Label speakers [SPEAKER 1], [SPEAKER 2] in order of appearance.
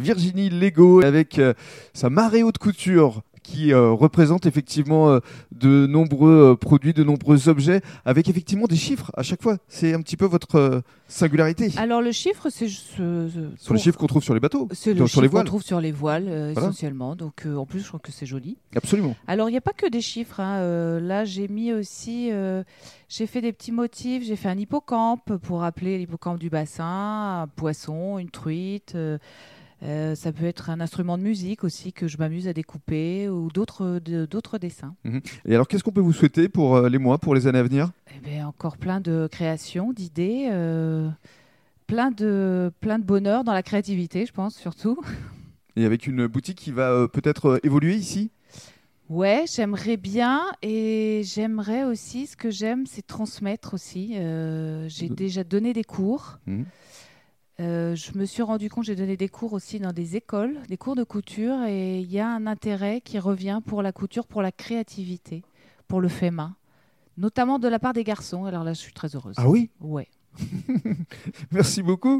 [SPEAKER 1] Virginie Lego avec euh, sa maréo de couture qui euh, représente effectivement euh, de nombreux euh, produits, de nombreux objets, avec effectivement des chiffres à chaque fois. C'est un petit peu votre euh, singularité.
[SPEAKER 2] Alors le chiffre, c'est ju- ce- ce-
[SPEAKER 1] Sur les
[SPEAKER 2] Ah, pour- Euh,
[SPEAKER 1] chiffres qu'on trouve sur les bateaux,
[SPEAKER 2] C'est le
[SPEAKER 1] sur, sur les
[SPEAKER 2] chiffre qu'on
[SPEAKER 1] voiles.
[SPEAKER 2] trouve sur les voiles euh,
[SPEAKER 1] Voilà.
[SPEAKER 2] essentiellement. Donc euh, en plus, je trouve que c'est joli.
[SPEAKER 1] Absolument.
[SPEAKER 2] Alors il n'y a pas que des chiffres. hein. Euh, là, j'ai mis aussi, euh, j'ai fait des petits motifs. J'ai fait un hippocampe pour rappeler l'hippocampe du bassin, un poisson, une truite. euh, euh, ça peut être un instrument de musique aussi que je m'amuse à découper ou d'autres de- d'autres dessins.
[SPEAKER 1] Et alors, qu'est-ce qu'on peut vous souhaiter pour euh, les mois, pour les années à venir
[SPEAKER 2] Eh ben, encore plein de créations, d'idées, euh, plein, de, plein de bonheur dans la créativité, je pense, surtout.
[SPEAKER 1] Et avec une boutique qui va euh, peut-être euh, évoluer ici
[SPEAKER 2] Ouais, j'aimerais bien et j'aimerais aussi, ce que j'aime, c'est transmettre aussi. Euh, j'ai
[SPEAKER 1] De-
[SPEAKER 2] déjà donné des cours.
[SPEAKER 1] Mhm.
[SPEAKER 2] Euh, je me suis rendu compte, j'ai donné des cours aussi dans des écoles, des cours de couture, et il y a un intérêt qui revient pour la couture, pour la créativité, pour le fait main, notamment de la part des garçons. Alors là, je suis très heureuse.
[SPEAKER 1] Ah oui
[SPEAKER 2] Ouais.
[SPEAKER 1] Merci beaucoup.